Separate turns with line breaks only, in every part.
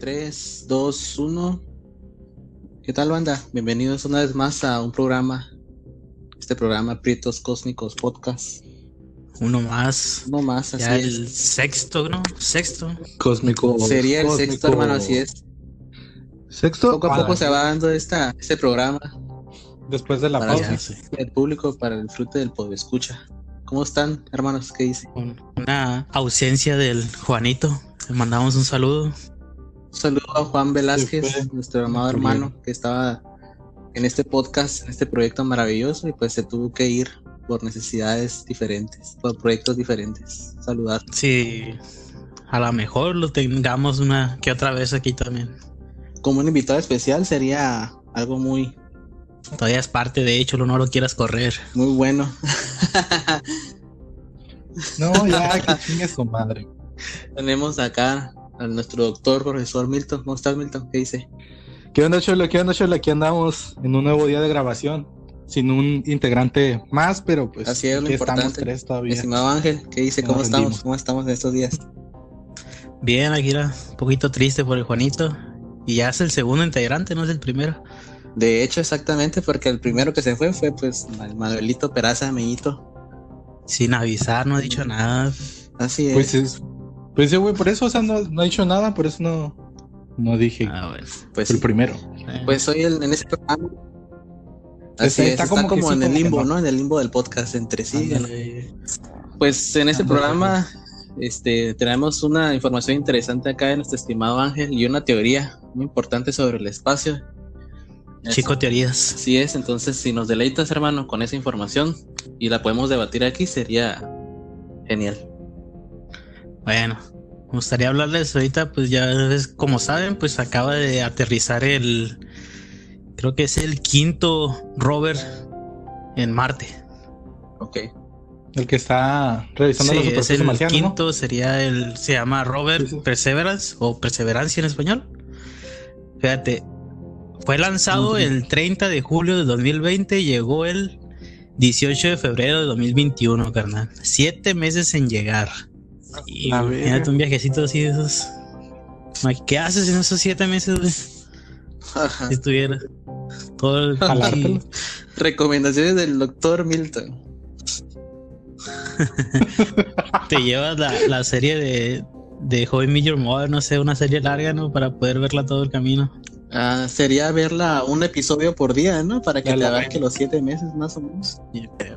3, 2, 1. ¿Qué tal, banda? Bienvenidos una vez más a un programa. Este programa Prietos Cósmicos Podcast.
Uno más.
Uno más, así
Ya
es.
el sexto, ¿no? Sexto.
Cósmico.
Sería el
cósmico.
sexto, hermano, así es.
Sexto.
Poco a
para-
poco se va dando esta, este programa
Después de la
para
pausa.
ya,
el, el público, para el disfrute del escucha. ¿Cómo están, hermanos? ¿Qué dicen?
Con una ausencia del Juanito. Le mandamos un saludo.
Un saludo a Juan Velázquez,
Se fue.
nuestro amado
pues. Muy bien.
hermano, que estaba en este podcast, en este proyecto maravilloso, y pues se tuvo que ir por necesidades diferentes, por proyectos diferentes. Saludar.
Sí. A lo mejor lo tengamos una que otra vez aquí también.
Como un invitado especial sería algo muy,
Todavía es parte, de hecho, lo no lo quieras correr.
muy bueno.
No, ya, que chingue su madre.
Tenemos acá a nuestro doctor, profesor Milton. ¿Cómo estás, Milton? ¿Qué dice?
¿Qué onda, Cholo? ¿Qué onda, Cholo? Aquí andamos en un nuevo día de grabación. Sin un integrante más, pero pues.
Así es lo
aquí estamos
importante.
tres todavía.
Estimado Ángel, ¿qué dice?
Ya
¿Cómo
nos
estamos?
rendimos.
¿Cómo estamos en estos días?
Bien, Akira. Un poquito triste por el Juanito. Y ya es el segundo integrante, no es el primero.
De hecho, exactamente, porque el primero que se fue fue pues el Manuelito Peraza, amiguito.
Sin avisar, no ha dicho nada.
Así es.
Pues es. Pues sí, güey, por eso, o sea, no, no he dicho nada, por eso no, no dije.
Ah, bueno.
pues,
el primero.
Eh,
Pues soy el, en ese programa. Así
Está-
es,
está
está
como
como,
que sí,
en
como
el
que
limbo,
no.
¿no? En el limbo del podcast entre sí.
ándale.
Pues en este
Ándale.
programa este, tenemos una información interesante acá de nuestro estimado Ángel y una teoría muy importante sobre el espacio.
Chico teorías.
Así es, entonces si nos deleitas, hermano, con esa información y la podemos debatir aquí, sería genial.
Bueno, me gustaría hablarles ahorita, pues ya es- como saben, pues acaba de aterrizar el, creo que es el quinto rover en Marte.
Ok.
El que está revisando la
Sí, es
superficie
el
marciana, ¿no?
quinto, sería el, se llama rover
Sí, sí.
Perseverance o Perseverancia en español. Fíjate, fue lanzado
Ujú.
el 30 de julio de 2020 y llegó el 18 de febrero de 2021, carnal. Siete meses en llegar. Y
La verga.
imagínate un viajecito así de esos. Ma, ¿Qué haces en esos siete meses, güey? Si estuviera todo el
Jalártelo.
Recomendaciones del doctor Milton.
te llevas la, la serie de, de How I Met Your Mother, no sé, una serie larga, ¿no? Para poder verla todo el camino.
Ah, sería verla un episodio por día, ¿no? Para que
Ya
te
la
abarque
ven.
los siete meses más o menos.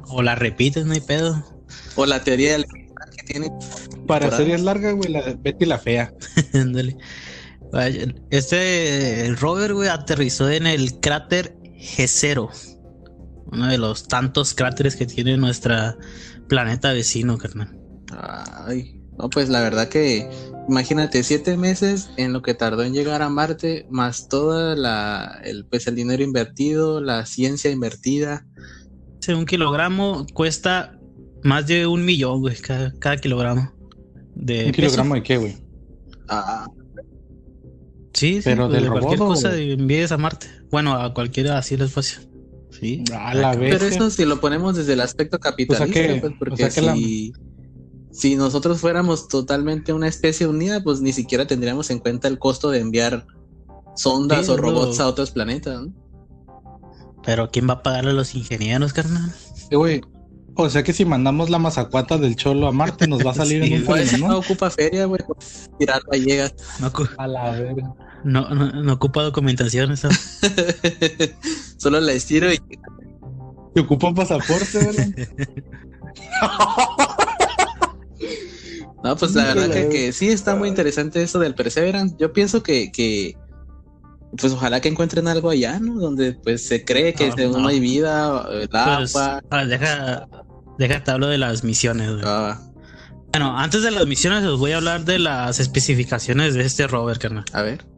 O la repites, no hay pedo.
O la teoría del que tiene.
Para
temporada.
series largas, güey, la de Betty la Fea.
Ándale. Vaya, Este el rover, güey, aterrizó en el cráter G0. Uno de los tantos cráteres que tiene nuestra planeta vecino, carnal.
Ay, no, pues la verdad que imagínate siete meses en lo que tardó en llegar a Marte, más toda la, el, pues el dinero invertido, la ciencia invertida.
Sí, un kilogramo cuesta más de un millón, güey, cada, cada kilogramo. De
¿Un
peso.
kilogramo de qué, güey?
Ah,
Sí, sí,
Pero
pues,
del
de cualquier
robot,
cosa
güey.
de envíes a Marte. Bueno, a cualquiera así el espacio. Sí.
A la vez.
Ah, pero eso si lo ponemos desde el aspecto capitalista,
Pues O sea que-
pues, porque
o sea que la-
si, si nosotros fuéramos totalmente una especie unida, pues ni siquiera tendríamos en cuenta el costo de enviar sondas
Sí,
o
no.
robots a otros planetas. ¿no?
Pero ¿quién va a pagarle a los ingenieros, carnal?
Eh, güey, o sea que si mandamos la mazacuata del cholo a Marte nos va a salir
Sí,
en un
Igual esa
filón,
no
¿no?
ocupa feria, güey. Tirar gallegas.
No, ocu-
A la verga.
no, no, no ocupa documentación esa.
Solo la estiro y
¿Te ocupa un pasaporte, güey?
No, pues la Ah. verdad que,
Híjole.
que sí está muy interesante eso del Perseverance. Yo pienso que, que pues ojalá que encuentren algo allá, ¿no? Donde pues se cree que
No,
según
no.
no hay vida, el
Pues,
agua.
ah, deja, deja, te hablo de las misiones. güey.
Ah,
Bueno, antes de las misiones os voy a hablar de las especificaciones de este rover, carnal.
a ver.